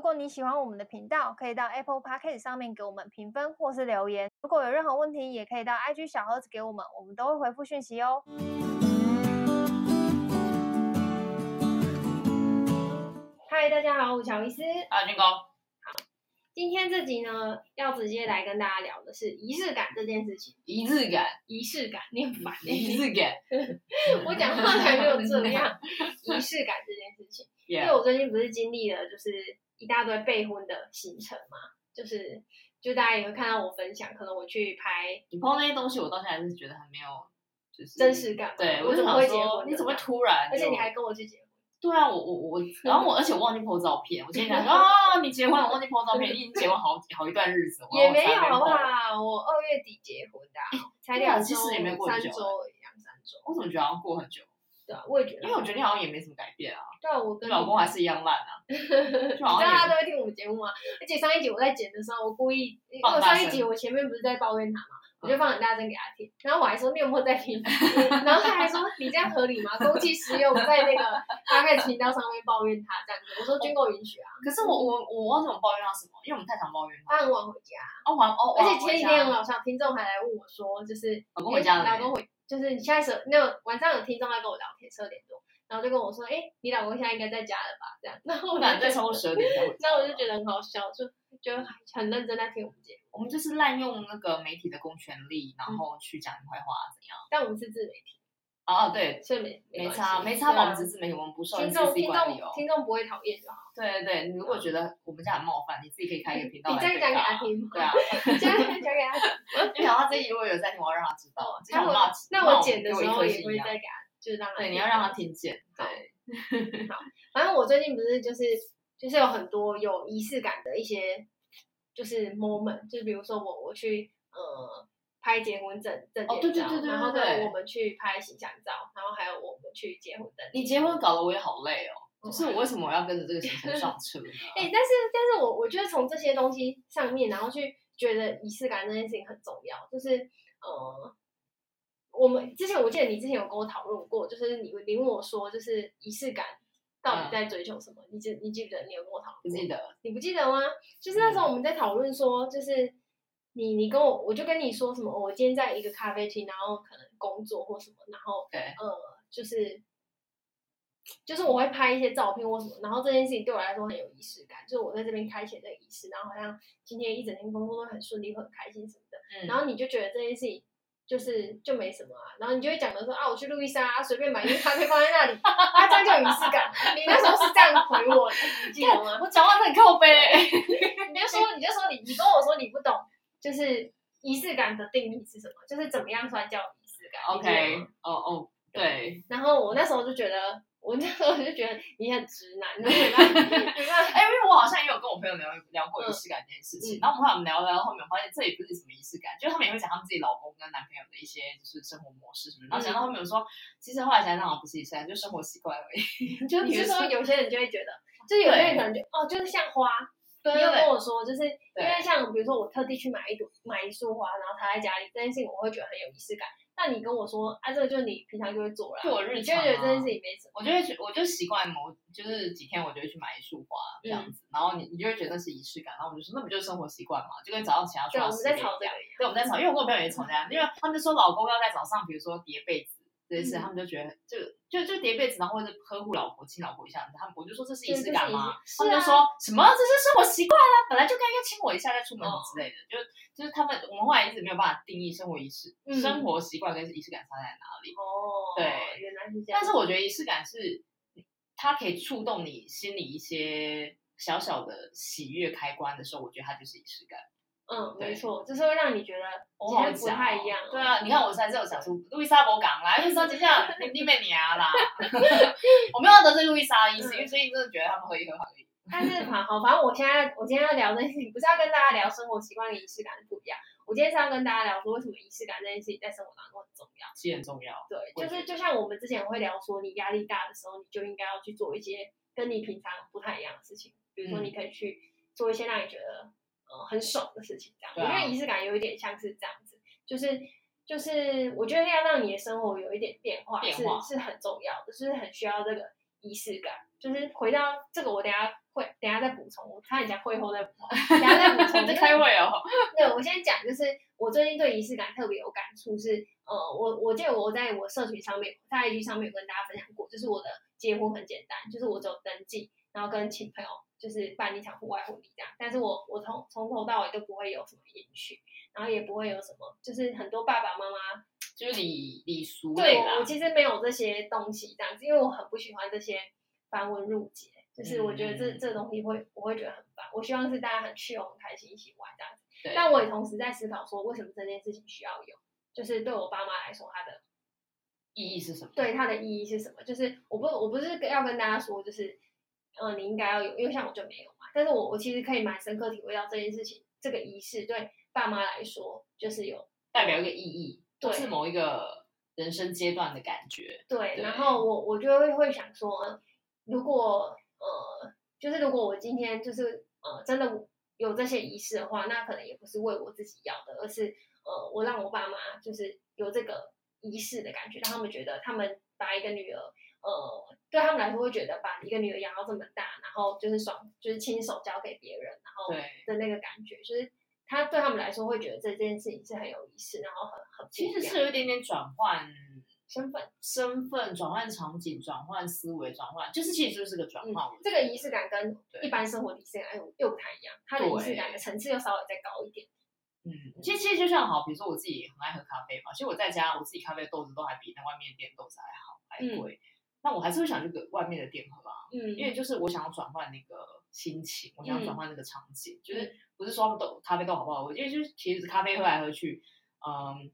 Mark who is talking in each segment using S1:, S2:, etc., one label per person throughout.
S1: 果你喜欢我们的频道，可以到 Apple Podcast 上面给我们评分或是留言。如果有任何问题，也可以到 IG 小盒子给我们，我们都会回复讯息哦。嗨，大家好，我是乔伊斯。
S2: 啊，军工，
S1: 今天这集呢，要直接来跟大家聊的是仪式感这件事情。
S2: 仪式感，
S1: 仪式感，你很烦欸
S2: 仪式感，
S1: 我讲话才没有这 样。仪式感这件事情，因为
S2: Yeah，
S1: 我最近不是经历了就是一大堆备婚的行程嘛，就是就大家也会看到我分享，可能我去拍
S2: 你碰那些东西，我到现在还是觉得很没有，就是
S1: 真实感嘛，
S2: 对，
S1: 我
S2: 就
S1: 怎么
S2: 想
S1: 会结
S2: 说，
S1: 婚？
S2: 你怎么会？突然就？
S1: 而且你还嗯跟我去结婚，
S2: 对啊，我我我，然后我，而且我忘记 po 照片。我今天想 说，啊，你结婚了，我忘记 po 照片，你已经结婚好好一段日子，
S1: 也没有
S2: 好
S1: 好不？好？我二月底结婚的啊、才
S2: 对啊
S1: 两
S2: 其
S1: 周，
S2: 实也没过
S1: 三
S2: 很久
S1: 周而已，两三周。
S2: 我怎么觉得好像过很久？
S1: 对啊，我也觉得，
S2: 因为我觉得你好像也没什么改变啊，
S1: 对啊，我
S2: 你
S1: 跟
S2: 老公还是一样烂 啊，就 好
S1: 你知道
S2: 像
S1: 他
S2: 也
S1: 都会听我们节目吗？而且上一集我在剪的时候，我故意，因为
S2: 放
S1: 我
S2: 大
S1: 上
S2: 声
S1: 一集我前面不是在抱怨他嘛，我就放很大声给他听，然后我还说你有没有在听， 然后他还说你这样合理吗？公器私用，在那个大概频道上面抱怨他这样子，我说军购允许啊，
S2: 可是我我我忘记我抱怨到什么，因为我们太常抱怨他。
S1: 他很晚回家，
S2: 哦，还哦，
S1: 而且前几天很
S2: 老
S1: 好笑，听众还来问我说，就是
S2: 哦老
S1: 哎
S2: 公回家了没
S1: 老公回，就是你现在是那个晚上有听众在跟我聊天，十二点多，然后就跟我说，哎、你老公现在应该在家了吧？这样，然后
S2: 不
S1: 我
S2: 敢再
S1: 就
S2: 超过十二点才回家。
S1: 那我就觉得很好笑，就就很认真在听我们节目。
S2: 我们就是滥用那个媒体的公权力，
S1: 嗯
S2: 然后去讲你坏话怎样？
S1: 但我们是自媒体，
S2: 哦哦，对，
S1: 所以没
S2: 没
S1: 关
S2: 差
S1: 系
S2: 没
S1: 对
S2: 差，
S1: 啊
S2: 我们只是媒体，我们不受
S1: 听
S2: 自
S1: 众
S2: 己
S1: 听
S2: 管理
S1: 众
S2: 哦。
S1: 听众不会讨厌就好。
S2: 对对对，你如果觉得我们这样很冒犯，你自己可以开一个频道
S1: 嗯你
S2: 来
S1: 这样
S2: 对
S1: 讲给他
S2: 他。
S1: 听吗？
S2: 对啊，
S1: 你这样讲给他听。
S2: 就想到这一集如果有在听，我要让他知道。就
S1: 哦那
S2: 像我骂
S1: 我那
S2: 骂
S1: 我
S2: 我
S1: 剪的
S2: 给我
S1: 时
S2: 一
S1: 候
S2: 颗
S1: 也
S2: 星
S1: 会
S2: 一样
S1: 再给他，就是让他
S2: 对，
S1: 听
S2: 你要让他。听见。
S1: 好
S2: 对，
S1: 反正我最近不是就是就是有很多有仪式感的一些就是 moment，就是比如说我我去呃拍结婚证证件照，
S2: 哦对对对对
S1: 然后
S2: 对对
S1: 呢我们去拍形象照，然后还有我们去结婚登记。
S2: 你结婚搞得我也好累哦。
S1: 嗯
S2: 就是我为什么我要跟着这个行程上车呢？
S1: 哎、但是但是我我觉得从这些东西上面，然后去觉得仪式感这件事情很重要，就是呃，我们之前我记得你之前有跟我讨论过，就是你你问我说，就是仪式感到底
S2: 嗯
S1: 在追求什么？你记你记得你有跟我讨
S2: 不
S1: 论
S2: 记？
S1: 过
S2: 得，
S1: 你不记得吗？就是那时候我
S2: 嗯
S1: 们在讨论说，就是你你跟我我就跟你说什么，哦我今天在一个咖啡厅，然后可能工作或什么，然后
S2: 对，
S1: 呃，就是就是我会拍一些照片或什么，然后这件事情对我来说很有仪式感，就是我在这边开启了这个仪式，然后好像今天一整天工作都很顺利，很开心什么的，
S2: 嗯
S1: 然后你就觉得这件事情。就是就没什么啊，然后你就会讲的说啊，我去路易莎、啊、随便买一杯咖啡放在那里， 啊，这样就有仪式感。你那时候是这样回我的，你记得吗？
S2: 我 讲话很靠 背。
S1: 你就说，你就说你，你跟我说你不懂，就是仪式感的定义是什么？就是怎么样算叫仪式感你记得吗
S2: OK，哦哦，对，
S1: 然后我那时候就觉得，我那时候就觉得你很直男，你没办法， 没办法
S2: 哎、因为我好像也有跟我朋友聊聊过
S1: 嗯
S2: 仪式感这件事
S1: 嗯
S2: 情，然后我们后来聊聊到后面，我发现这也不是什么仪式感，就是他们也会讲他们自己老公跟男朋友的一些就是生活模式什么的，然后讲到
S1: 嗯
S2: 后面我说，其实后来想想不是仪式感，就生活习惯而已。就
S1: 你
S2: 比如
S1: 是说
S2: 说，
S1: 有些人就会觉得，就是有些人可能就哦，就是像花，
S2: 对
S1: 你
S2: 对
S1: 有跟
S2: 对
S1: 我说，就是因为像比如说我特地去买一朵买一束花，然后插在家里，这件事情我会觉得很有仪式感。那你跟我说啊，这个就是你平常就会做啦，
S2: 就我日
S1: 你就会
S2: 常
S1: 觉得这
S2: 啊
S1: 件事情没什么。
S2: 我就会觉，我就习惯某就是几天我就会去买一束花这样
S1: 嗯
S2: 子，然后你你就会觉得那是仪式感，然后我就说那不就是生活习惯嘛，就跟早上起来要
S1: 对，
S2: 刷牙
S1: 啊我们
S2: 洗
S1: 在
S2: 脸一
S1: 吵这
S2: 样
S1: 个。
S2: 对，我们在吵，因为我跟我朋友也吵架，因为他们就说老公要在早上，比如说叠被子这件事，
S1: 嗯
S2: 他们就觉得就就就叠被子，然后或者呵护老婆、亲老婆一下，他们我就说这是仪
S1: 对这
S2: 式
S1: 是
S2: 感
S1: 仪
S2: 吗？
S1: 式
S2: 他们就
S1: 是啊
S2: 说什么这是生活习惯啊，本来就该要亲我一下再出门
S1: 哦
S2: 之类的，就就是他们我们后来一直没有办法定义生活仪式、
S1: 嗯
S2: 生活习惯跟仪式感差在哪里。
S1: 哦，
S2: 对
S1: 原来是这样。
S2: 但是我觉得仪式感是它可以触动你心里一些小小的喜悦开关的时候，我觉得它就是仪式感。
S1: 嗯，没
S2: 对
S1: 错，就是会让你觉得
S2: 我
S1: 今
S2: 好
S1: 天
S2: 像
S1: 不太一样哦。
S2: 对啊，你看我才是有想出路易莎博港 啦，因为说这下你你被你啊啦， 我没有要得罪路易莎的意思，因为最近真的觉得他们合一合好而已。
S1: 但是反好，反正我现在我今天要聊这件事情，不是要跟大家聊生活习惯跟仪式感不一样。我今天是要跟大家聊说，为什么仪式感这件事情在生活当中很重要。
S2: 其实很重要，
S1: 对，
S2: 我
S1: 就
S2: 也觉得嗯
S1: 是就像我们之前会聊说，你压力大的时候，你就应该要去做一些跟你平常不太一样的事情，比如说
S2: 嗯
S1: 你可以去做一些让你觉得呃很爽的事情，这样。
S2: 对啊
S1: 我觉得仪式感有一点像是这样子，就是就是我觉得要让你的生活有一点变化
S2: 变化
S1: 是是很重要的，就是很需要这个仪式感。就是回到这个，我等一下会等一下再补充，我差点讲会后再补充，等一下再补 充。
S2: 在
S1: 就
S2: 开
S1: 是
S2: 胃哦，
S1: 对，我先讲，就是我最近对仪式感特别有感触是，呃，我我记得我在我社群上面，在 IG 上面有跟大家分享过，就是我的结婚很简单，就是我只有登记，然后跟亲朋友就是办一场户外婚礼这样，但是我我从从头到尾都不会有什么延续，然后也不会有什么，就是很多爸爸妈妈
S2: 就是礼礼俗
S1: 对
S2: 类
S1: 我，我
S2: 啦。
S1: 其实没有这些东西这样子，因为我很不喜欢这些繁文缛节，就是我觉得这、
S2: 嗯
S1: 这东西会我会觉得很烦。我希望是大家很去很开心一起玩这样子，
S2: 对，
S1: 但我也同时在思考说，为什么这件事情需要有，就是对我爸妈来说，它的
S2: 意义是什么？
S1: 对它的意义是什么？就是我不我不是要跟大家说，就是嗯、呃你应该要有，因为像我就没有嘛。但是我我其实可以蛮深刻体会到这件事情，这个仪式对爸妈来说就是有
S2: 代表一个意义，
S1: 对
S2: 或是某一个人生阶段的感觉。
S1: 对，
S2: 对
S1: 然后我我就会会想说，如果呃，就是如果我今天就是呃，真的有这些仪式的话，那可能也不是为我自己要的，而是呃，我让我爸妈就是有这个仪式的感觉，让他们觉得他们把一个女儿。呃，对他们来说会觉得把一个女儿养到这么大，然后就是爽，就是亲手交给别人，然后
S2: 对，
S1: 的那个感觉，就是他对他们来说会觉得这件事情是很有仪式，然后很很不
S2: 其实
S1: 一样
S2: 是有一点点转换
S1: 身份。
S2: 身份、转换场景、转换思维、转换，就是其实就是个转换。我觉得
S1: 这个仪式感跟
S2: 对
S1: 一般生活的仪式感哎又又不太一样，它的仪式感的层次又稍微再高一点。
S2: 嗯，其实其实就像好，比如说我自己也很爱喝咖啡嘛，其实我在家我自己咖啡的豆子都还比那外面的店豆子还好还贵，那我还是会想去给外面的店喝啊，
S1: 嗯，
S2: 因为就是我想要转换那个心情，我想要
S1: 嗯
S2: 转换那个场景，就是不是说他们豆咖啡豆好不好喝，因为就是其实咖啡喝来喝去，嗯。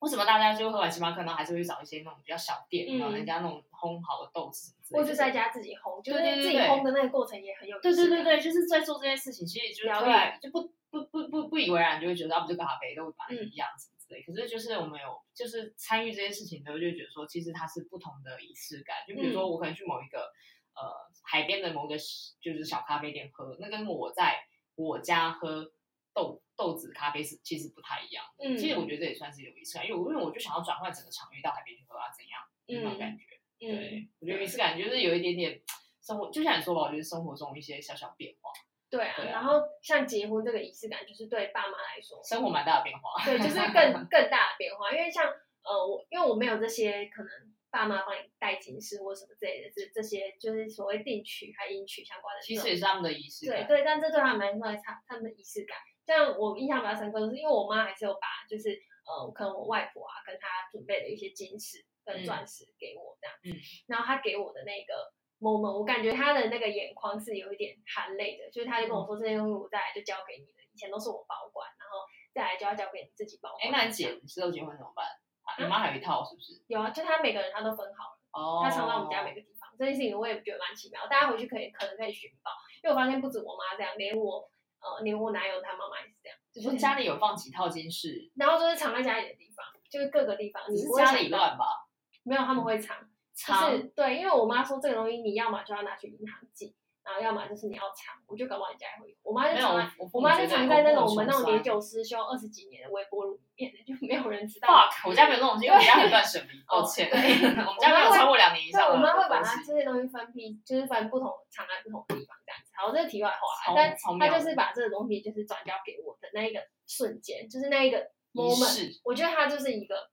S2: 为什么大家就喝完星巴克，然后还是会去找一些那种比较小店，
S1: 嗯
S2: 然后人家那种烘好的豆子什么之类
S1: 或
S2: 的？
S1: 者在家自己烘，就是
S2: 对对对
S1: 自己
S2: 对
S1: 烘的那个过程也很有仪
S2: 对对
S1: 式
S2: 对
S1: 感。
S2: 对，就是在做这件事情，其实就是
S1: 疗
S2: 突然就不不不不不以为然，就会觉得啊，不就跟咖啡豆
S1: 嗯
S2: 反正一样什么之类。可是就是我们有就是参与这件事情的时候，就觉得说，其实它是不同的仪式感。就比如说
S1: 嗯
S2: 我可能去某一个、呃海边的某个就是小咖啡店喝，那跟我在我家喝豆豆子咖啡是其实不太一样。
S1: 嗯，
S2: 其实我觉得这也算是有仪式感，因为我因为我就想要转换整个场域到海边去喝啊，怎样那种感觉。
S1: 嗯，
S2: 对，我觉得仪式感就是有一点点生活，就像你说吧，我觉得生活中一些小小变化，
S1: 对啊。
S2: 对啊
S1: 然后像结婚这个仪式感，就是对爸妈来说，
S2: 生活蛮大的变化。
S1: 对，就是 更更大的变化。因为像呃，我因为我没有这些可能爸妈帮你带金饰或什么之类的，这这些就是所谓定曲还迎娶相关的这
S2: 其
S1: 种，
S2: 实也是他们的仪式
S1: 对
S2: 感。
S1: 对，但这对他们来说，他他们的仪式感，像我印象比较深刻，就是因为我妈还是有把，就是呃，可能我外婆啊，跟她准备的一些金饰跟
S2: 嗯
S1: 钻石给我这样子，
S2: 嗯
S1: 然后她给我的那个 moment，我感觉她的那个眼眶是有一点含泪的，就是她就
S2: 嗯
S1: 跟我说，这些东西我再来就交给你了，以前都是我保管，然后再来就要交给你自己保
S2: 哎，
S1: 管。
S2: 那你姐，你之后结婚怎么办？啊
S1: 嗯
S2: 你妈还有一套是不是？
S1: 有啊，就她每个人她都分好了。
S2: 哦，
S1: 他常到我们家每个地方，这件事情我也觉得蛮奇妙。大家回去可以可能可以寻宝，因为我发现不止我妈这样，连我呃连我男友他妈妈也是这样，
S2: 就
S1: 就是是
S2: 家里有放几套金饰，
S1: 然后就是藏在家里的地方，就是各个地方，
S2: 只
S1: 你
S2: 是
S1: 嗯不会
S2: 家
S1: 想
S2: 里
S1: 到，
S2: 乱吧？
S1: 没有他们会藏，就
S2: 藏
S1: 是对，因为我妈说这个东西你要么就要拿去银行寄，然后要么就是你要藏，我就搞不好人家也会有，我妈
S2: 没
S1: 就
S2: 有
S1: 藏在。，
S2: 我
S1: 我妈就藏在那种我们那种年
S2: 年久。
S1: 久失修二十几年的微波炉里面，就没有人知道。
S2: fuck，我家没有那种东西，因为我们家很断舍离，抱 歉，我们家没有超过两年以
S1: 对，
S2: 上的
S1: 我
S2: 东西。
S1: 妈会把它这些东西分批，就是分不同藏在不同的地方这样子。好，这是题外话
S2: 超
S1: 啦，但
S2: 超妙
S1: 她就是把这个东西就是转交给我的那一个瞬间，就是那一个
S2: 仪
S1: moment。
S2: 式
S1: 我觉得它就是一个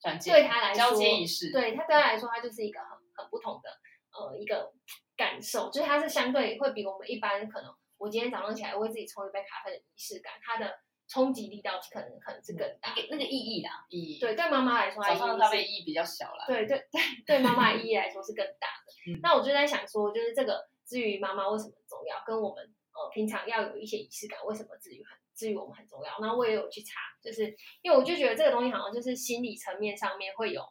S2: 转接，
S1: 对她来
S2: 交
S1: 说，
S2: 接仪式，
S1: 对她对她来说，它就是一个很很不同的呃一个感受，就是它是相对会比我们一般可能我今天早上起来我会自己冲一杯咖啡的仪式感，它的冲击力道可能可能是更大。
S2: 一个那个意义啦，意义。
S1: 对，对妈妈来说，它
S2: 嗯早
S1: 已经
S2: 上的咖
S1: 是
S2: 啡意义比较小啦。
S1: 对 对对对，妈妈的意义来说是更大的。
S2: 嗯
S1: 那我就在想说，就是这个至于妈妈为什么重要，跟我们呃平常要有一些仪式感，为什么至于很至于我们很重要。那我也有去查，就是因为我就觉得这个东西好像就是心理层面上面会有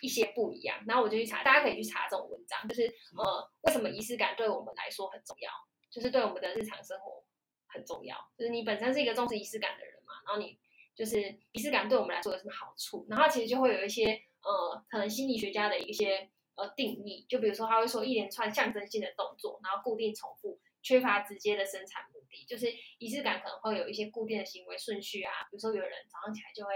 S1: 一些不一样。然后我就去查，大家可以去查这种文章，就是呃为什么仪式感对我们来说很重要，就是对我们的日常生活很重要。就是你本身是一个重视仪式感的人嘛，然后你就是仪式感对我们来说有什么好处，然后它其实就会有一些呃，可能心理学家的一些呃定义，就比如说他会说一连串象征性的动作，然后固定重复，缺乏直接的生产目的，就是仪式感可能会有一些固定的行为顺序啊，比如说有人早上起来就会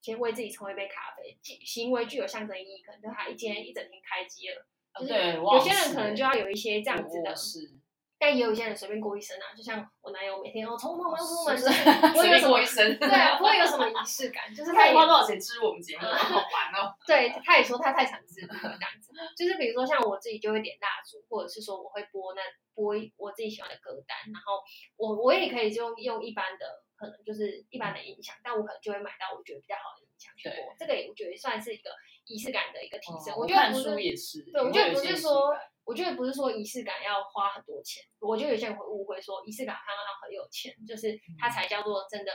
S1: 先为自己冲一杯咖啡，即行为具有象征意义，可能就他一天一整天开机了。就是
S2: 对我好
S1: 有些
S2: 像
S1: 人
S2: 是
S1: 可能就要有一些这样子的，
S2: 是
S1: 但也有一些人随便过一生啊，就像我男友每天哦从头忙到出门，
S2: 是
S1: 就
S2: 不是
S1: 是不会
S2: 随
S1: 有
S2: 便过
S1: 什么
S2: 一生，
S1: 对啊，不会有 什么仪式感，就是他
S2: 他
S1: 也
S2: 花多少钱支持我们 节目，好烦哦。
S1: 对，他也说他太强制了这样子，就是比如说像我自己就会点蜡烛，或者是说我会播那播一我自己喜欢的歌单，然后我我也可以就用一般的，可能就是一般的音响，但我可能就会买到我觉得比较好的音响去
S2: 对
S1: 播，这个也我觉得算是一个仪式感的一个提升。
S2: 哦
S1: 我觉得
S2: 看
S1: 不是
S2: 书也是，
S1: 对，我
S2: 也
S1: 觉得
S2: 会有
S1: 不
S2: 一
S1: 是
S2: 些仪
S1: 说
S2: 式感，
S1: 我觉得不是说仪式感要花很多钱，我觉得有些人会误会说仪式感好像要很有钱，就是
S2: 嗯
S1: 它才叫做真的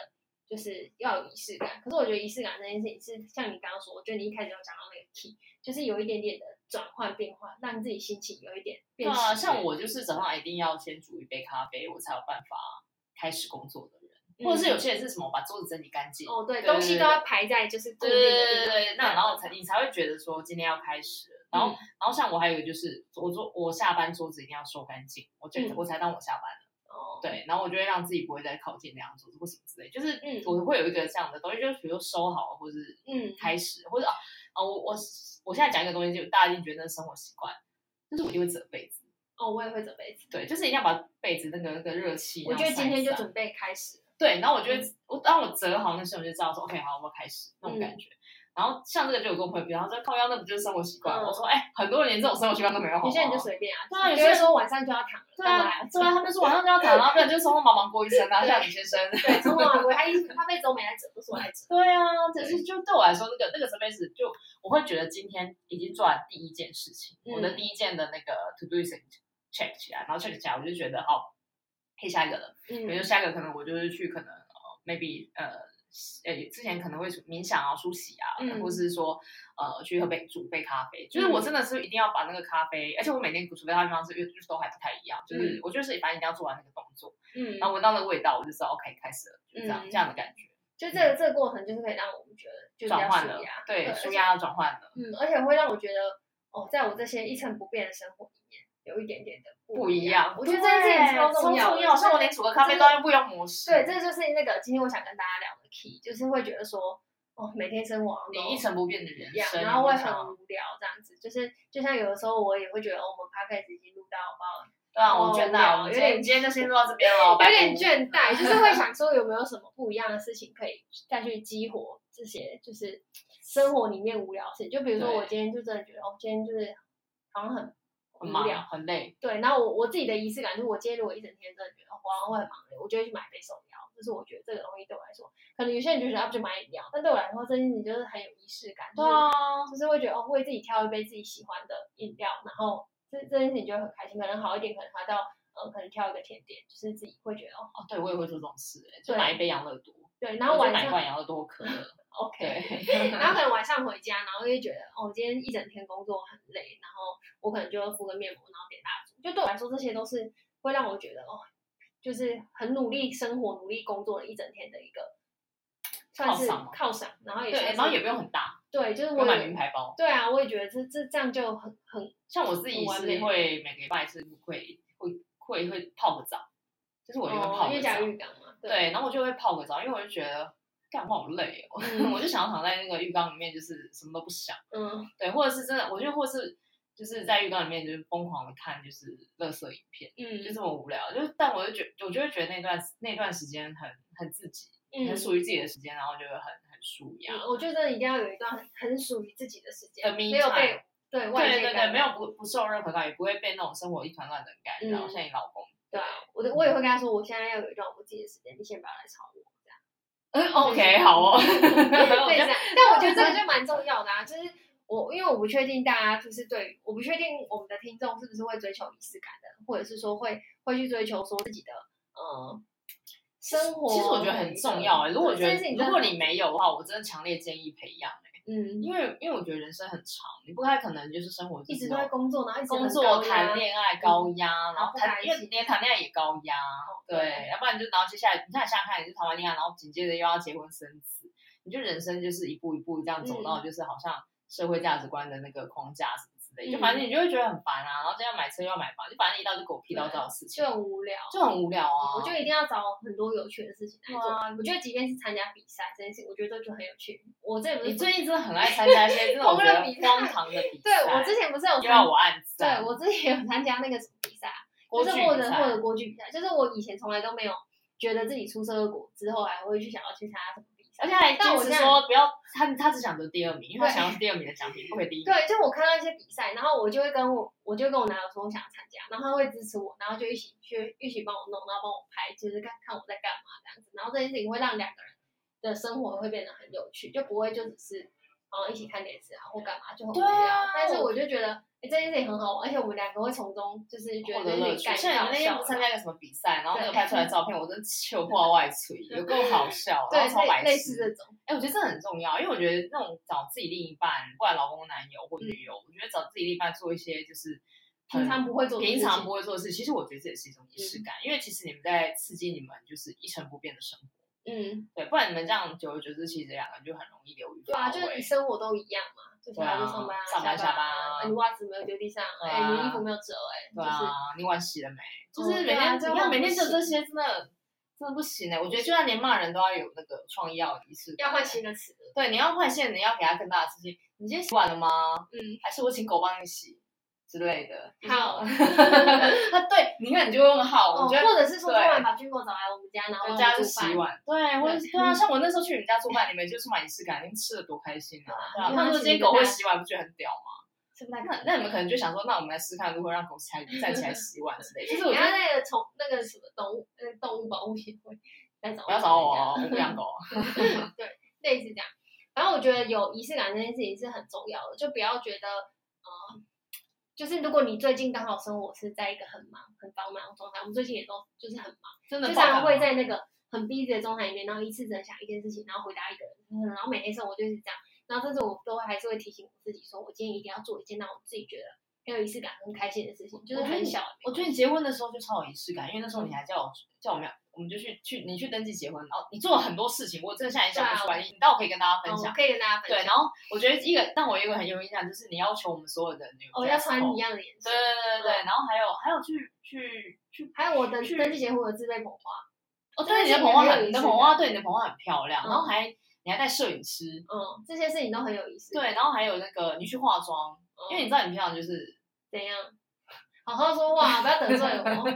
S1: 就是要有仪式感。可是我觉得仪式感这件事情是像你刚刚说，我觉得你一开始有讲到那个 key，就是有一点点的转换变化，让自己心情有一点
S2: 对
S1: 变喜悦。
S2: 啊，像我就是早上一定要先煮一杯咖啡，我才有办法开始工作的人，
S1: 嗯，
S2: 或者是有些人是什么把桌子整理干净，
S1: 哦，对，
S2: 对
S1: 东西都要排在就是固
S2: 对
S1: 定
S2: 对
S1: 的
S2: 对
S1: 地方
S2: 对，那然后才你才会觉得说今天要开始了，然
S1: 嗯
S2: 后、然后像我还有一个就是我桌我下班桌子一定要收干净，我觉得
S1: 嗯
S2: 我才当我下班了，
S1: 哦，
S2: 对，然后我就会让自己不会再靠近那样桌子或什么之类，就是
S1: 嗯
S2: 我会有一个这样的东西，就是比如说收好或是
S1: 嗯，
S2: 开始，或者啊啊我我我现在讲一个东西，就大家一定觉得那是生活习惯，就是我一定会折被子。
S1: 哦，我也会准备。
S2: 对，就是一定要把被子那个那个热气
S1: 我
S2: 那
S1: 觉
S2: 样
S1: 得
S2: 散一散。
S1: 今天就嗯准备开始了，
S2: 对，然后我觉得我当我折好那时候，我就知道说 OK 好，我要开始那种
S1: 嗯
S2: 感觉。然后像这个就有跟我朋友比方说靠腰，那不就是生活习惯吗？
S1: 嗯
S2: 我说哎、很多人连这种生活习惯都没有好不好。
S1: 有些人就随便啊，
S2: 对啊有
S1: 有
S2: 些
S1: 些
S2: 人
S1: 人说晚上就要躺了，
S2: 对啊
S1: 来，
S2: 对啊，他们说晚上就要躺，然后不然就是匆匆忙忙过一生啊，
S1: 对
S2: 像李先生。
S1: 对，从头到尾他啊一他被周美来折，都是我来折。
S2: 对啊，只是就对我来说，那个那个 space 就我会觉得今天已经做完第一件事情，
S1: 嗯
S2: 我的第一件的那个 to do list check 起来，然后 check 起来，我就觉得好，可以下一个了。比如
S1: 嗯
S2: 说下一个可能我就是去可能呃 maybe 呃呃之前可能会冥想啊、梳洗啊，
S1: 嗯
S2: 或是说呃去喝杯煮杯咖啡，就是我真的是一定要把那个咖啡，而且我每天煮杯咖啡方式又就是都还不太一样，就是我就是反正一定要做完那个动作，
S1: 嗯，
S2: 然后闻到那个味道我就知道 OK 开始了，就这样、
S1: 嗯
S2: 这样的感觉
S1: 就这个这个过程，就是可以让我们觉得就比较
S2: 转换了
S1: 舒压，
S2: 对，舒
S1: 舒，
S2: 压转换了。
S1: 嗯，而且会让我觉得哦，在我这些一成不变的生活里面，有一点点的
S2: 不一
S1: 一
S2: 样，
S1: 我觉得这件事情
S2: 对
S1: 超重
S2: 要，
S1: 要的，就是
S2: 像我连煮个咖啡
S1: 这
S2: 都
S1: 个
S2: 要用不一样模式，
S1: 对，这就是那个今天我想跟大家聊的 key，就是会觉得说哦，每天生活好像都
S2: 你一成不变的人
S1: 一样，
S2: 生，
S1: 然后会
S2: 你
S1: 很
S2: 想要
S1: 无聊这样子，就是就像有的时候我也会觉得、哦、我们 p o d c a 已经录到不好
S2: 对啊，我倦
S1: 哦
S2: 怠，我们今
S1: 有
S2: 天
S1: 点
S2: 今天就先录到这边了，拜
S1: 有点
S2: 拜
S1: 倦怠，就是会想说有没有什么不一样的事情可以再去激活这些，就是生活里面无聊的事情。就比如说
S2: 对
S1: 我今天就真的觉得，哦，今天就是好像很
S2: 很
S1: 无聊。
S2: 忙啊很累，
S1: 对，然后我我自己的仪式感就是，我今天如果一整天真的觉得哦我好像会很忙我就会去买杯手摇。就是我觉得这个东西对我来说，可能有些人就觉得啊就买饮料，但对我来说这件事情就是很有仪式感，就是、
S2: 啊，
S1: 就是会觉得哦为自己挑一杯自己喜欢的饮料，然后这这件事情就会很开心。可能好一点，可能还到嗯可能挑一个甜点，就是自己会觉得哦
S2: 哦，对我也会做这种事，哎，就
S1: 对
S2: 买一杯养乐多，
S1: 对，然后
S2: 我就
S1: 晚
S2: 买一
S1: 上
S2: 罐养乐多可乐，
S1: OK，
S2: 对，
S1: 然后可能晚上回家，然后就觉得哦，我今天一整天工作很累，然后我可能就会敷个面膜，然后点蜡烛。就对我来说，这些都是会让我觉得哦，就是很努力生活、努力工作了一整天的一个算是
S2: 犒赏吗
S1: 犒赏，然后也
S2: 对，
S1: 算是
S2: 然后也不用很大，
S1: 对，就是
S2: 我
S1: 我
S2: 买名
S1: 也
S2: 牌包，
S1: 对啊，我也觉得这这这样就很很
S2: 像我自己
S1: 很完
S2: 是
S1: 美
S2: 会每个礼拜是会会会会泡个澡，就是我一定会
S1: 哦，
S2: 泡
S1: 因
S2: 个
S1: 为讲
S2: 澡，
S1: 浴缸嘛，对，
S2: 对，然后我就会泡个澡，因为我就觉得。干我好累哦，
S1: 嗯
S2: 我就想要躺在那个浴缸里面，就是什么都不想。
S1: 嗯
S2: 对，或者是真的，我觉得或是就是在浴缸里面就是疯狂的看就是垃圾影片。就
S1: 嗯
S2: 这么无聊，就是但我就觉我就会觉得那段那段时间很很自己，很
S1: 嗯
S2: 属于自己的时间，然后就会很很舒压。
S1: 嗯，我觉得真的一定要有一段很很属于自己的时间，
S2: 的 me
S1: 没有
S2: time
S1: 被对外
S2: 对
S1: 界
S2: 对
S1: 干
S2: 对，
S1: 扰
S2: 没有不不受任何干扰，也不会被那种生活一团乱的干扰。
S1: 嗯
S2: 像你老公，
S1: 对啊，我的我也会跟他说，我现在要有一段我自己的时间，你先不要来吵我。
S2: 嗯，OK，好哦。
S1: 对，这样。但我觉得这个就蛮重要的啊，就是我因为我不确定大家就是对，我不确定我们的听众是不是会追求仪式感的，或者是说会会去追求说自己的呃生活。
S2: 其实我觉得很重要哎、如果
S1: 对
S2: 觉
S1: 这件事
S2: 得
S1: 情
S2: 如
S1: 真的
S2: 果
S1: 很
S2: 你没有的话，我真的强烈建议培养哎、
S1: 嗯
S2: 因为因为我觉得人生很长，你不太可能就是生活就
S1: 一直
S2: 是
S1: 都在
S2: 那种
S1: 工作，然后一直
S2: 工
S1: 很
S2: 作
S1: 高压嗯
S2: 谈恋爱高压，然
S1: 然
S2: 后
S1: 后不
S2: 谈
S1: 开
S2: 因为
S1: 心哦
S2: 连谈恋爱也高压，对
S1: 对，
S2: 要不然你就然后接下来，你看想想看，你就谈完恋爱，然后紧接着又要结婚生子，
S1: 嗯
S2: 你就人生就是一步一步这样走到，就是好像社会价值观的那个框架什么之费，就
S1: 嗯
S2: 反正你就会觉得很烦啊，然后这样买车又要买房，就反正一大堆狗屁叨叨的事情
S1: 就，很无聊。
S2: 就很无聊啊。
S1: 我就一定要找很多有趣的事情来做。我觉得即便是参加比赛这件事，我觉得这就很有趣。我这也不是
S2: 你最近真的很爱参加一些这 种
S1: 狂
S2: 觉
S1: 热
S2: 得
S1: 比赛
S2: 荒唐的比赛，
S1: 对我之前不是有
S2: 又要
S1: 参，
S2: 我暗赞，
S1: 对我之前有参加那个什么比赛啊，
S2: 国
S1: 就是
S2: 剧
S1: 或
S2: 比
S1: 者
S2: 赛
S1: 或者国剧比赛，就是我以前从来都没有觉得自己出车祸之后还会去想要去参加什么比赛，
S2: 而且还
S1: 但
S2: 坚
S1: 我
S2: 持
S1: 现在
S2: 说不要他，他只想得第二名，因为他
S1: 对
S2: 想要第二名的奖品，不可以第一名。
S1: 对，就我看到一些比赛，然后我就会跟我，我就跟我男友说我想参加，然后他会支持我，然后就一起去一起帮我弄，然后帮我拍，就是看看我在干嘛这样子。然后这件事情会让两个人的生活会变得很有趣，就不会就只是然后一起看电视啊或干嘛就很无
S2: 对
S1: 聊。
S2: 啊
S1: 但是
S2: 我
S1: 我就觉得、诶这件事情很好玩，而且我们两个会从中就是觉
S2: 获
S1: 得
S2: 得
S1: 这件
S2: 乐
S1: 事
S2: 趣。
S1: 情
S2: 像你们
S1: 感
S2: 那天
S1: 到
S2: 不
S1: 好
S2: 参
S1: 笑。
S2: 加一个什么比赛，然后那个
S1: 对
S2: 拍出来的照片，我真的糗话外 垂，有够好笑，然后超
S1: 对，
S2: 白
S1: 类类
S2: 痴
S1: 似。这种，
S2: 哎、我觉得这很重要，因为我觉得那种找自己另一半，不管老公、男友或女友，我觉得找自己另一半做一些就是很
S1: 嗯平常不会做的事嗯
S2: 平
S1: 情，
S2: 常不会做的事，其实我觉得这也是一种仪式感，因为其实你们在刺激你们就是一成不变的生活，
S1: 嗯，
S2: 对，不然你们这样久而久之，其实两个人就很容易流于
S1: 对啊，
S2: 乏
S1: 就是
S2: 味
S1: 你生活都一样嘛，就是
S2: 对
S1: 还是
S2: 啊
S1: 上班啊、
S2: 上班
S1: 下
S2: 下班啊
S1: 啊，你袜子没有丢地上，
S2: 对
S1: 哎、你的衣
S2: 啊
S1: 服没有折、
S2: 对
S1: 哎、就是。
S2: 啊，你碗洗了没？就
S1: 哦
S2: 是每
S1: 对啊
S2: 天，
S1: 这
S2: 你
S1: 样
S2: 看每
S1: 不
S2: 天就
S1: 行
S2: 这些，真的真的不行哎、我觉得就算连骂人都要有那个创意，要有仪式感
S1: 要换。新的词。
S2: 对，你要换线，你要给他更大的刺激。你今天洗碗了吗？
S1: 嗯，
S2: 还是我请狗帮你洗之类的？
S1: 好
S2: 他对，你看你就用好，
S1: 哦，
S2: 我觉得。
S1: 或者是说，突
S2: 对
S1: 然把军购找来我们家，然后
S2: 就
S1: 我
S2: 家
S1: 们
S2: 就
S1: 煮
S2: 洗
S1: 饭。
S2: 嗯碗，对，或者是对啊，像我那时候去你们家做饭，你们就充满仪式感，你们吃的多开心啊！对
S1: 对
S2: 啊
S1: 啊，
S2: 那如果今
S1: 因为它是
S2: 天
S1: 一个
S2: 狗会
S1: 大
S2: 洗碗，不觉得很屌吗？
S1: 是不是？
S2: 那那你们可能就想说，那我们来试看如何让狗起来站起来洗碗之类的。就是我觉
S1: 你
S2: 得
S1: 看那个宠那个什么动物，那个动物保护协会来找
S2: 不要找我
S1: 们
S2: 哦，我不养狗。
S1: 类似这样。反正我觉得有仪式感这件事情是很重要的，就不要觉得，呃，就是如果你最近刚好生活是在一个很忙、很繁忙的状态，我们最近也都就是很忙，
S2: 真
S1: 就
S2: 爆哦
S1: 常
S2: 感
S1: 常会
S2: 冒
S1: 在那个很 busy 的状态里面，然后一次只能想一件事情，然后回答一个人，嗯然后每天生活就是这样。然后但是我都还是会提醒我自己，说我今天一定要做一件让我自己觉得很有仪式感、很开心的事情，就是
S2: 我觉得
S1: 很
S2: 你哦
S1: 小。
S2: 我觉得你结婚的时候就超有仪式感，因为那时候你还叫我叫我们俩，我们就去去你去登记结婚，然后你做了很多事情，我真的现在也想不出来，你到我可以跟大家分
S1: 嗯我
S2: 享。
S1: 可以跟大家分
S2: 对，
S1: 享。
S2: 然后啊我觉得一个让我有一个很有印象，就是你要求我们所有的女
S1: 哦，要穿一
S2: 样。
S1: 样的颜色
S2: 对。对对
S1: 嗯
S2: 对，然后还有还有去去去，
S1: 还有我的登记结婚的自备捧花，
S2: 哦，
S1: 真
S2: 对，
S1: 的
S2: 你的
S1: 是
S2: 捧花
S1: 很有
S2: 很，
S1: 仪
S2: 你的
S1: 式
S2: 捧
S1: 感
S2: 花对你的捧花很漂亮，
S1: 嗯
S2: 然后还你还带摄影师，
S1: 嗯，这些事情都很有仪式感。嗯
S2: 对，然后还有那个你去化妆，因为你知道你平常就是
S1: 怎样？好好说话，不要得罪 我。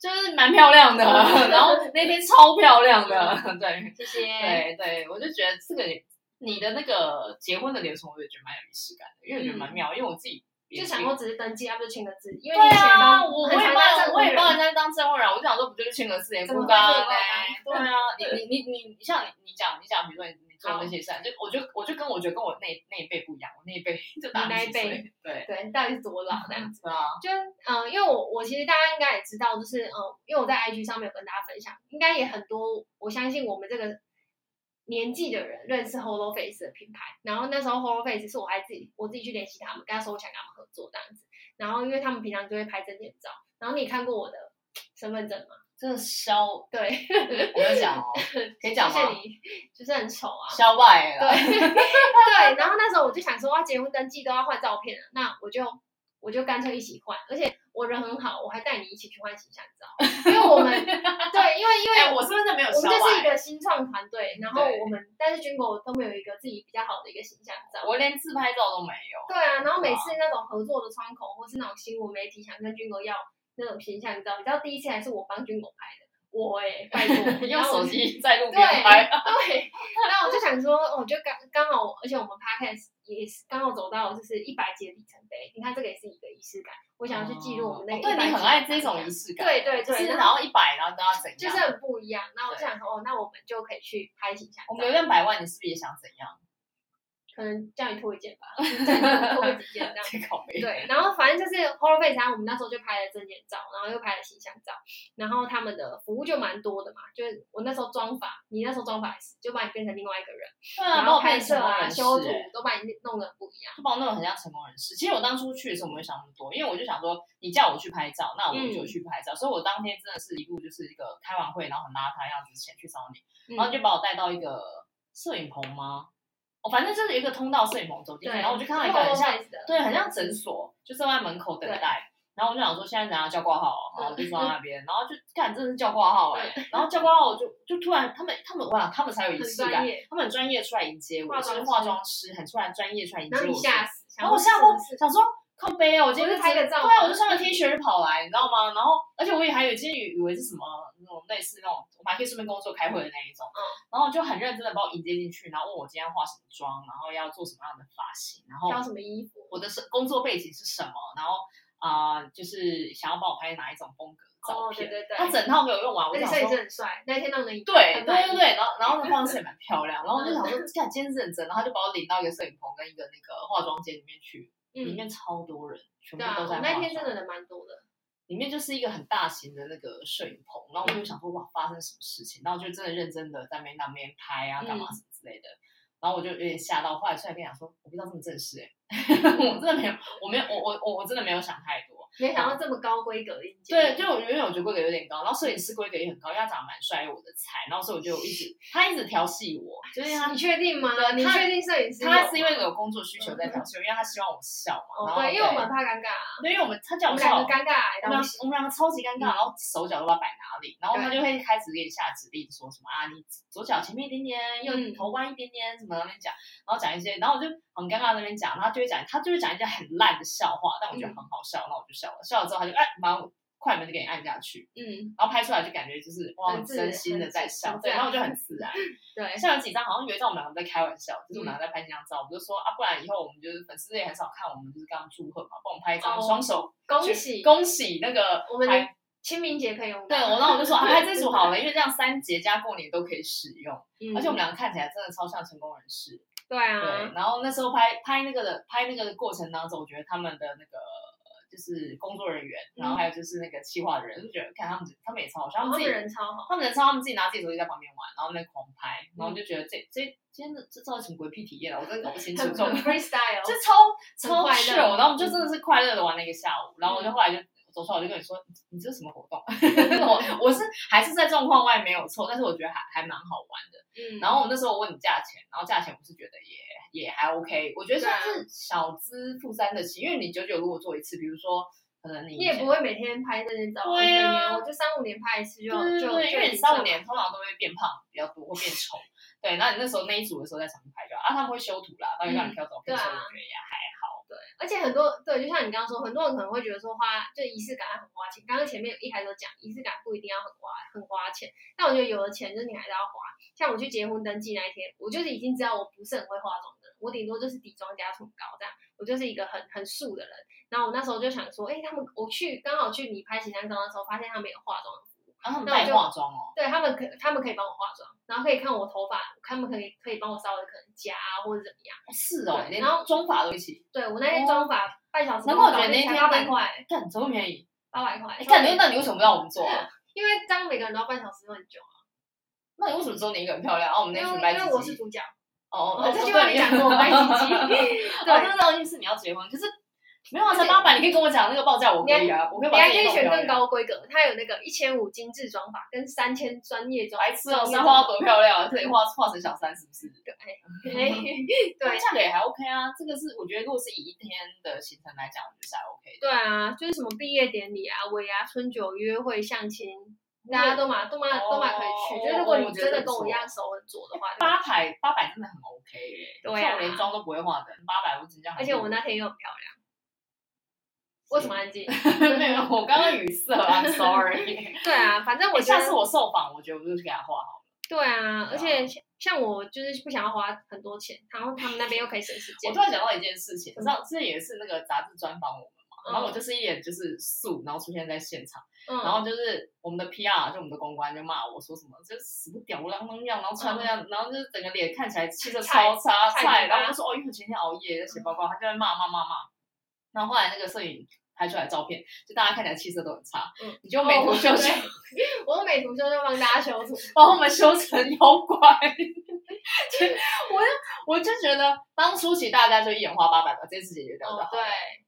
S2: 就是蛮漂亮的，
S1: 嗯
S2: 然后那天超漂亮的，对
S1: 谢谢。
S2: 对对，我就觉得这个你你的那个结婚的流程，我也觉得蛮有仪式感的，因为我觉得蛮妙，因为我自己也
S1: 嗯就想
S2: 是
S1: 说只是登记，要不就签个字，因为
S2: 对
S1: 你以前
S2: 啊，
S1: 都
S2: 我我
S1: 很
S2: 也
S1: 常当
S2: 帮
S1: 证
S2: 我也
S1: 婚
S2: 帮
S1: 人
S2: 人家当证婚人，我就想说不就是签个字也
S1: 怎么
S2: 不
S1: 会
S2: 干
S1: 这
S2: 呢
S1: 么干？
S2: 对啊，你你你你你像你你讲你讲，比如说你你做那些事啊，就我就我就跟我觉得跟我那那一辈不一样，我那一辈就大
S1: 你那
S2: 几
S1: 一辈
S2: 岁，对
S1: 对，到底是多老这样子？
S2: 对啊，
S1: 就嗯、呃因为我我其实大家应该也知道，就是嗯、呃因为我在 IG 上面有跟大家分享，应该也很多，我相信我们这个年纪的人认识 Holo Face 的品牌。然后那时候 Holo Face 是我还自己我自己去联系他们，跟他说我想跟他们合作这样子。然后因为他们平常就会拍证件照，然后你也看过我的身份证吗？
S2: 真的消，我
S1: 对，
S2: 跟你讲哦，可以讲
S1: 谢谢
S2: 吗？
S1: 你，就是很丑啊。
S2: 消 败了，
S1: 对对，然后那时候我就想说，哇，结婚登记都要换照片了，那我就我就干脆一起换，而且我人很好，我还带你一起去换形象 照，因为我们对，因为因为、
S2: 哎、我是不是真的没有
S1: 我
S2: 消
S1: 们就是一
S2: 坏？
S1: 个新创团队，然后
S2: 对
S1: 我们但是军国都没有一个自己比较好的一个形象照。
S2: 我连自拍照都没有。
S1: 对啊，然后每
S2: 对啊
S1: 次那种合作的窗口，或是那种新闻媒体想跟军国要那种形象照，你知道第一次还是我帮军国拍的，我哎、拜托，
S2: 用
S1: 然后
S2: 手
S1: 我
S2: 机在路
S1: 对
S2: 边拍，
S1: 对，然后我就想说，我就刚刚好，而且我们 podcast 也是刚好走到就是一百集的里程碑，你看这个也是一个仪式感，我想要去记录我们那
S2: 哦
S1: 个、
S2: 对你很爱这种仪式
S1: 式
S2: 感，
S1: 对对对，
S2: 是
S1: 然
S2: 然
S1: 后
S2: 后一百，然后都要怎样？
S1: 就是很不一样。然后我就想说，哦，那我们就可以去拍形象
S2: 我们
S1: 照，
S2: 流量百万，你是不是也想怎样？
S1: 可能叫你拖一 件吧，叫你拖个几件这样。
S2: 这口碑，
S1: 对，然后反正就是 Horror Face，然后我啊们那时候就拍了证件照，然后又拍了形象照，然后他们的服务就蛮多的嘛，就是我那时候妆法，你那时候妆法也是，就把你变成另外一个人，
S2: 对啊，
S1: 然
S2: 把
S1: 后
S2: 我
S1: 拍
S2: 变成
S1: 摄
S2: 成功
S1: 啊、
S2: 人士、
S1: 修图
S2: 欸，
S1: 都把你弄得不一样。
S2: 就把我弄得很像成功人士。其实我当初去的时候，我没有想那么多，因为我就想说，你叫我去拍照，那我就去拍照。所以我当天真的是一路就是一个开嗯
S1: 嗯
S2: 完会，然后很邋遢的样子前去找你，然后就把我带到一个摄影棚吗？哦，反正就是有一个通道摄影棚走进去，
S3: 对
S2: 然后我就看到一
S1: 那
S2: 个
S1: 个
S2: 很像，
S1: 的，
S2: 对，很像诊所，就站在门口等待。然后我就想说，现在怎样叫挂号哦，然后我就坐在那边，然后就看，真的是叫挂号哎、然后叫挂号，我就就突然他们他们哇，他们才有仪
S1: 很
S2: 式
S1: 专
S2: 感，
S1: 业，
S2: 他们很专业出来迎接我，
S1: 化
S2: 是
S1: 妆
S2: 化
S1: 师
S2: 妆师很出来专业出来迎接
S1: 然
S2: 我
S1: 后你
S2: 是，
S1: 吓死，
S2: 然后我吓到
S1: 是
S2: 想说靠背哦，我今天
S1: 我就拍
S2: 真
S1: 个照
S2: 对啊，
S1: 嘛
S2: 我就穿个 T 恤就跑来，你知道吗？然后而且我也还有今天以为是什么那种类似那种我们还可以顺便工作开会的那一种，
S1: 嗯，
S2: 然后就很认真的把我迎接进去，然后问我今天要化什么妆，然后要做什么样的发型，然后
S1: 挑什么衣服，
S2: 我的是工作背景是什么，然后啊、呃就是想要帮我拍哪一种风格的照
S1: 哦，
S2: 片，
S1: 对对对，
S2: 他整套没有用完，
S1: 而
S2: 我
S1: 且
S2: 想
S1: 摄影
S2: 说
S1: 师很帅，那一天弄得你
S2: 对对
S1: 很
S2: 对
S1: 满意
S2: 对，然后然后那化妆师也蛮漂亮，然后我就想说，看今天是认真，然后他就把我领到一个摄影棚跟一个那个化妆间里面去，里
S1: 嗯，
S2: 面超多人，全部
S1: 对啊，
S2: 都
S1: 我
S2: 在化
S1: 那天真
S2: 妆
S1: 的人蛮多的，
S2: 里面就是一个很大型的那个摄影棚，然后
S1: 嗯
S2: 我就想说哇，发生什么事情？然后就真的认真的在那边那边拍啊，干嘛
S1: 嗯
S2: 什么之类的。然后我就有点吓到，后来出来跟你讲说，我不知道这么正式哎、 我真的没有，我没有，我我我我真的没有想太多。
S1: 没想到这么高规格的一间，
S2: 对，就我原本我觉得规格有点高，然后摄影师规格也很高，因为他长得蛮帅，我的菜，然后所以我就一直他一直调戏我，就是他
S1: 你确定吗？
S2: 对
S1: 啊你
S2: 他
S1: 确定摄影师有吗？
S2: 他是因为有工作需求在调戏我，因为他希望我笑嘛。然
S1: 哦，
S2: 后
S1: 对，因为我们很怕尴尬，
S2: 对，因为我们他
S1: 我
S2: 叫我
S1: 们
S2: 笑
S1: 两个尴尬癌
S2: 我们两
S1: 到不
S2: 个
S1: 行，嗯
S2: 我们两个超级尴尬，然后手脚都不知道摆哪里，然后他就会开始给你下指令，说什么啊，你左脚前面一点点，右
S1: 嗯
S2: 头弯一点点，什么那边讲，然后讲一些，然后我就很尴尬在那边讲，然后他就会讲，他就会讲一些很烂的笑话，但我
S1: 嗯
S2: 觉得很好笑，那我就笑了，笑了之后他就哎，马上快门就给你按下去，
S1: 嗯，
S2: 然后拍出来就感觉就是哇，
S1: 很
S2: 很
S1: 自然
S2: 真心的在笑，
S1: 很
S2: 对，
S1: 自然
S2: 然后我就很自然。
S1: 对，
S2: 像有几张好像有一张我们两个在开玩笑，就是我们两
S1: 嗯
S2: 个在拍几张照，我们就说啊，不然以后我们就是粉丝也很少看我们就是刚祝贺嘛，帮我们拍一张
S1: 哦
S2: 双手
S1: 恭喜
S2: 恭喜那个
S1: 我们
S2: 拍
S1: 清明节可以用到，
S2: 对，我然后我就说 啊，拍这组好了，因为这样三节加过年都可以使用，
S1: 嗯
S2: 而且我们两个看起来真的超像成功人士。
S1: 对
S2: 对，
S1: 啊，
S2: 然后那时候拍拍那个的拍那个的过程当中，我觉得他们的那个呃就是工作人员，然
S1: 嗯
S2: 后还有就是那个企划的人，就觉得看他们他们也超好笑，他
S1: 然
S2: 们
S1: 后
S2: 自己
S1: 人超好，
S2: 他们人超他们自己拿自己手机在旁边玩，然后在那狂拍，然后就觉得这这今天的这到底什么鬼屁体验啊，我真的搞不清楚
S1: 很
S2: 这种
S1: 很 freestyle，
S2: 就
S1: 很
S2: 超超
S1: 快乐
S2: chill，然后我们就真的是快乐的玩了一个下午，然后我就
S1: 嗯
S2: 后来就走出来，我就跟你说，你你这是什么活 动？我我是还是在状况外没有错，但是我觉得还还蛮好玩的。
S1: 嗯，
S2: 然后我那时候问你价钱，然后价钱我是觉得也也还 OK，我觉得
S1: 啊
S2: 算是小资负担得起，因为你九九如果做一次，比如说可能你
S1: 你也不
S2: 会
S1: 会每天拍这些照，
S2: 对啊
S1: 一个年我就三五年拍一次就
S2: 对对
S1: 就
S2: 对，因为你
S1: 就已经
S2: 三五
S1: 算
S2: 年通常都会变胖比较多，或变丑。对，那你那时候那一组的时候在场边拍照啊，他们会修图啦，当然让你挑照片，
S1: 嗯对啊
S2: 所以我觉得也还好。
S1: 对，而且很多对，就像你刚刚说，很多人可能会觉得说花就仪式感很花钱。刚刚前面一开始有讲，仪式感不一定要很花很花钱，但我觉得有了钱，就是你还是要花。像我去结婚登记那一天，我就是已经知道我不是很会化妆的人，我顶多就是底妆加唇膏这样，我就是一个很很素的人。然后我那时候就想说，哎，他们我去刚好去你拍形象照的时候，发现他们有化妆服务，
S2: 然后啊他们
S1: 那我
S2: 带
S1: 就
S2: 化妆哦，
S1: 对他们可他们可以帮我化妆，然后可以看我头发，他们可以可以帮我稍微可能夹啊或者怎么样。
S2: 是哦，连
S1: 对然后
S2: 妆法都一起。
S1: 对我那天妆发半小时，
S2: 哦难怪我觉得那天
S1: 八百
S2: 跟
S1: 块，
S2: 哎干怎么便宜？
S1: 八百块
S2: 哎，。干你那你为什么不让我们做啊？
S1: 因为刚每个人都要半小时都很久啊，
S2: 那你为什么只有你一个人漂亮？啊然后我们
S1: 因为
S2: 那群白
S1: 因
S2: 唧
S1: 为我是
S2: 唧。
S1: 主角，
S2: 哦
S1: 我这句话你讲 过，我白唧。唧，
S2: 对，哦
S1: 对，
S2: 那个东西是你要结婚，可是没有啊，才八百，你可以跟我讲那个报价，我可以啊，我可以
S1: 你
S2: 把
S1: 还
S2: 自
S1: 可
S2: 己
S1: 以
S2: 弄
S1: 选
S2: 漂
S1: 更
S2: 亮。
S1: 高规格，它有那个一千五精致妆法跟三千专业妆，
S2: 白痴哦，
S1: 专业
S2: 三花要多漂亮啊，这里画画成小三是不是？
S1: 哎嘿对
S2: 价格也还 OK 啊，这个是我觉得如果是以一天的行程来讲，我觉得是还 OK 的。
S1: 对啊，就是什么毕业典礼啊、尾牙、春酒、约会、相亲，大家都嘛都嘛都嘛可以去。就是
S2: 哦
S1: 如果你真的跟我一样手很拙的话，
S2: 八百八百真的很 OK 耶，
S1: 对啊
S2: 像我连妆都不会化的，八百我直接
S1: 而且我那天又很漂亮。为什么安静？
S2: 没有，我刚刚语塞，I'm sorry。
S1: 对啊，反正
S2: 我
S1: 我觉
S2: 哎下
S1: 得
S2: 次我受访，我觉得我就去给他画好了。
S1: 对啊，
S2: 对
S1: 而
S2: 啊
S1: 且像像我就是不想要花很多钱，然后他们那边又可以省时
S2: 我
S1: 间嗯
S2: 突。然想到一件事情，你知道这也是那个杂志专访我们嘛，然后我就是一脸就是素，然后出现在现场，
S1: 嗯，
S2: 然后就是我们的 PR 就我们的公关就骂我说什么就是死不吊儿郎当样，然后穿那样，然后就是整个脸看起来气色超差
S1: 嗯
S2: 菜，
S1: 菜菜
S2: 然后我就说哦，因为我前天熬夜在写报告，他就在骂骂骂骂，然后后来那个摄影。拍出来的照片，就大家看起来气色都很差，
S1: 嗯
S2: 你就美图秀秀，
S1: 我用美图秀秀帮大家修 图，
S2: 把我们修成妖怪。 我就我就觉得，当初期大家就一眼花八百吧，这件事情就掉掉。
S1: 哦，对，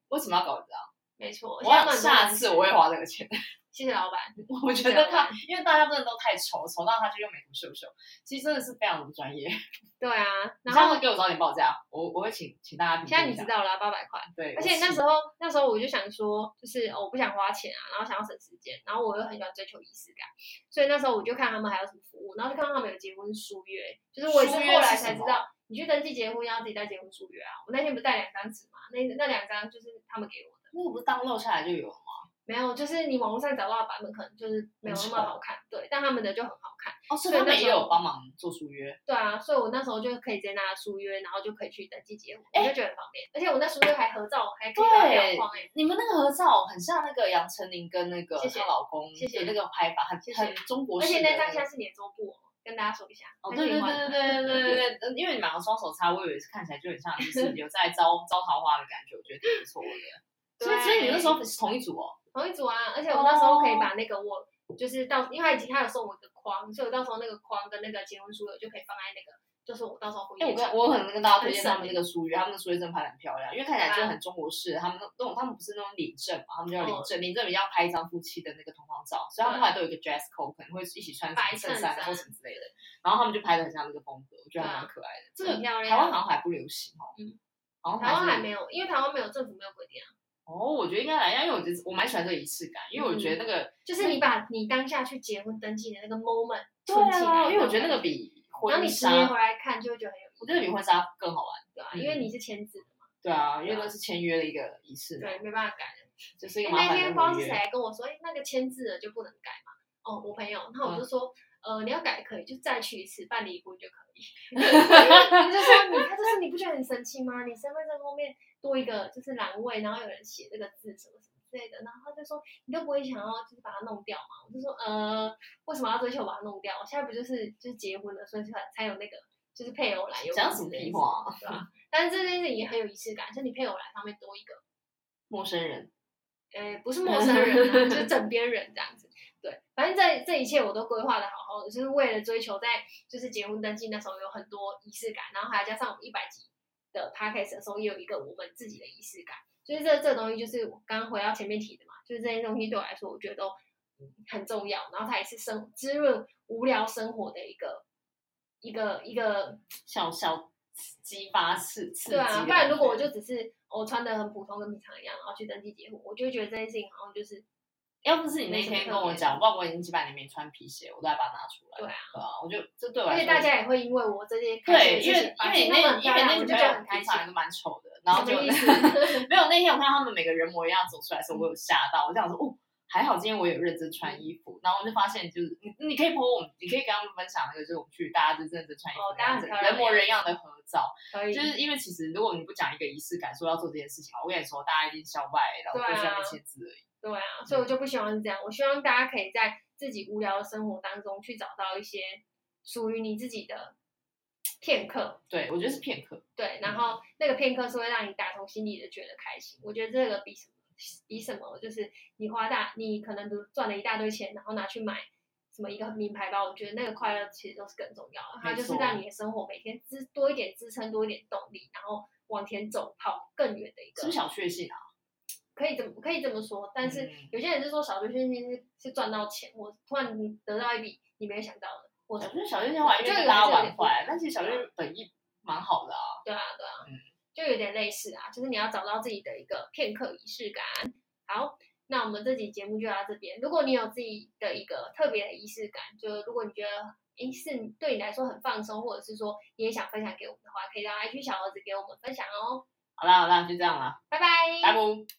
S2: 为什么要搞这样？
S1: 没错。
S2: 我要
S1: 现在很多
S2: 下
S1: 人
S2: 次我会花这个钱。
S1: 谢谢老板。
S2: 我觉得他，因为大家真的都太愁，愁到他就用美图秀秀，其实真的是非常不专业。
S1: 对啊，
S2: 你
S1: 然
S2: 下
S1: 后
S2: 次给我早点报价，我我会请请大家评估一
S1: 现
S2: 下。
S1: 在你知道了、八百块。
S2: 对，
S1: 而且那时
S2: 候
S1: 候，那时候我就想说，就是、哦我不想花钱啊，然后想要省时间，然后我又很喜欢追求仪式感，所以那时候我就看他们还有什么服务，然后就看到他们有结婚书约，就是我也是
S2: 书约
S1: 后来
S2: 是
S1: 才
S2: 什
S1: 知
S2: 么
S1: 道，你去登记结婚要自己带结婚书约啊。我那天不是带两张纸嘛，那那两张就是他们给我的，
S2: 那个不是 download 下来就有了吗？
S1: 没有，就是你网络上找到的版本可能就是没有那么
S2: 很丑
S1: 好看，对，但他们的就很好看，
S2: 哦，所
S1: 以
S2: 以他
S1: 那
S2: 们
S1: 时
S2: 也
S1: 候
S2: 有帮忙做书约，
S1: 对啊，所以我那时候就可以直接拿书约，然后就可以去登记结婚，我
S2: 哎
S1: 就觉得很方便，而且我那书约还合照，还可以把它裱框哎、
S2: 你们那个合照很像那个杨丞琳跟那个
S1: 谢谢
S2: 她老公
S1: 谢谢
S2: 的那个拍法，很
S1: 谢谢
S2: 很中国
S1: 而
S2: 式的
S1: 且
S2: 那
S1: 那
S2: 个。
S1: 张像是你的桌布哦，跟大家说一下。
S2: 哦，
S1: 还
S2: 对对
S1: 是
S2: 对
S1: 你换
S2: 对对对对对对，因为你们两个双手插，我以为是看起来就很像，就是有在招招桃花的感觉，我觉得挺不 错的。所以，
S1: 对
S2: 所以你那时候是同一组哦，
S1: 同一组啊，而且我那时候可以把那个我就是到，因为他已经他有送我一个框，所以我到时候那个框跟那个结婚书我就可以放在那个，就是我到时候婚
S2: 哎、我
S1: 宴
S2: 跟
S1: 场
S2: 我很跟大家推荐
S1: 很省嗯
S2: 他们那个书约，他们的书约真的拍的很漂亮，因为看起来真的很中国式。他们那那种他们不是那种领证嘛，他们叫领证，领证一定要拍一张夫妻的那个同房照，所以他们后来都有一个 dress code，可能会一起穿什
S1: 嗯白
S2: 么衬
S1: 衬
S2: 衫啊
S1: 衫嗯
S2: 或什么之类的。然后他们就拍的很像那个风格，我觉得还蛮可爱的。这个
S1: 很漂亮
S2: 台湾好像还不流行哦，
S1: 嗯，
S2: 好像
S1: 台湾
S2: 是
S1: 还没有，因为台湾没有政府没有规定啊，
S2: 哦，我觉得应该来一下，因为我觉得我蛮喜欢这个仪式感，因为我觉得那个、
S1: 就是你把你当下去结婚登记的那个 moment 存起
S2: 对啊，
S1: 来，
S2: 因为我觉得那个，比
S1: 然后
S2: 婚
S1: 你十年
S2: 纱
S1: 回，来看就会觉得很有意
S2: 我觉得比婚纱更好玩。
S1: 思，对啊，
S2: 嗯
S1: 因为你是签字的嘛，
S2: 对啊，因为那是签约的一个仪式嘛，
S1: 对，没办法改。
S2: 就是一个
S1: 欸
S2: 麻
S1: 那
S2: 烦
S1: 天
S2: 的
S1: 不知道
S2: 合
S1: 是谁
S2: 约。
S1: 还跟我说，哎、那个签字了就不能改嘛。哦，我朋友，那我
S2: 嗯
S1: 就说，呃，你要改可以，就再去一次办离婚就可 以。他就说你，他就说你不觉得很神奇吗？你身份证后面多一个就是栏位，然后有人写这个字什么什么之类的，然后他就说你都不会想要就是把它弄掉嘛？我就说，呃，为什么要追求把它弄掉？我现在不就是就是结婚了，所以才才有那个就是配偶栏有
S2: 讲
S1: 名
S2: 什么
S1: 字这
S2: 屁
S1: 件
S2: 话、啊？
S1: 事，对吧、但是这件事情也很有仪式感，就你配偶栏上面多一个。
S2: 陌生人，
S1: 呃，不是陌生人、啊，就是枕边人这样子。对，反正这这一切我都规划的好好的，就是为了追求在就是结婚登记那时候有很多仪式感，然后还加上我们一百集的 podcast 的时候也有一个我们自己的仪式感。所以这这东西就是我刚刚回到前面提的嘛，就是这些东西对我来说，我觉得都很重要，然后它也是生滋润无聊生活的一个一个一个
S2: 小小激发刺刺激
S1: 对
S2: 的
S1: 啊，
S2: 感觉。
S1: 不然如果我就只是我、哦穿的很普通，跟平常一样，然后去登记结婚，我就会觉得这件事情好像就是
S2: 要不是你那
S1: 没什么
S2: 天
S1: 特
S2: 跟我
S1: 别
S2: 讲，不然我已经几百年没穿皮鞋，我都要把它拿出来。
S1: 对
S2: 啊
S1: 啊，
S2: 我就这对我
S1: 而
S2: 来
S1: 且
S2: 说，
S1: 大家也会因为我这些开
S2: 对，
S1: 心
S2: 因
S1: 的
S2: 为
S1: 事情把自己
S2: 因为
S1: 弄得
S2: 那
S1: 很
S2: 因为那
S1: 漂亮，我
S2: 女朋
S1: 就觉
S2: 友
S1: 得很开
S2: 平
S1: 心
S2: 常。也是蛮丑 的，然后
S1: 什
S2: 就
S1: 么意思
S2: 没有那天我看他们每个人模一样走出来的时候，我有吓到，我就想说哦。还好今天我有认真穿衣服，然后我就发现就是你你可以 po 我们，你可以跟他们分享那个就是我们去大家就认真穿衣服
S1: 哦
S2: 的
S1: 大家
S2: 样
S1: 很
S2: 子，
S1: 漂亮
S2: 人
S1: 的
S2: 模
S1: 样
S2: 人样的合照，
S1: 可以，
S2: 就是因为其实如果你不讲一个仪式感，说要做这件事情，我跟你说大家一定笑败，然后
S1: 对
S2: 不需要
S1: 啊
S2: 那些字而已。
S1: 对啊，所以我就不希望是这样。我希望大家可以在自己无聊的生活当中去找到一些属于你自己的片刻，
S2: 对，我觉得是片刻。
S1: 对，然后那个片刻是会让你打从心底的觉得开心。我觉得这个比什么比什么，就是你花大，你可能比如赚了一大堆钱，然后拿去买什么一个名牌包，我觉得那个快乐其实都是更重要的。它
S2: 没
S1: 就是
S2: 错
S1: 让你的生活每天支多一点支撑，多一点动力，然后往前走，跑更远的一
S2: 是
S1: 个
S2: 不是。小确幸啊？
S1: 可以这么可以这么说，但是
S2: 嗯
S1: 有些人是说小确幸是是赚到钱，我突然得到一笔你没有想到的，或者
S2: 小确幸小确幸后来因
S1: 啊这个
S2: 为
S1: 有
S2: 大家
S1: 点
S2: 玩坏，但其实小确
S1: 啊
S2: 幸本意蛮好的啊。
S1: 对啊，对啊，
S2: 嗯
S1: 就有点类似啊，就是你要找到自己的一个片刻仪式感。好，那我们这期节目就到这边。如果你有自己的一个特别的仪式感，就如果你觉得诶是对你来说很放松，或者是说你也想分享给我们的话，可以让 IG 小盒子给我们分享哦。
S2: 好啦好啦，就这样啦，
S1: 拜拜，
S2: 拜拜。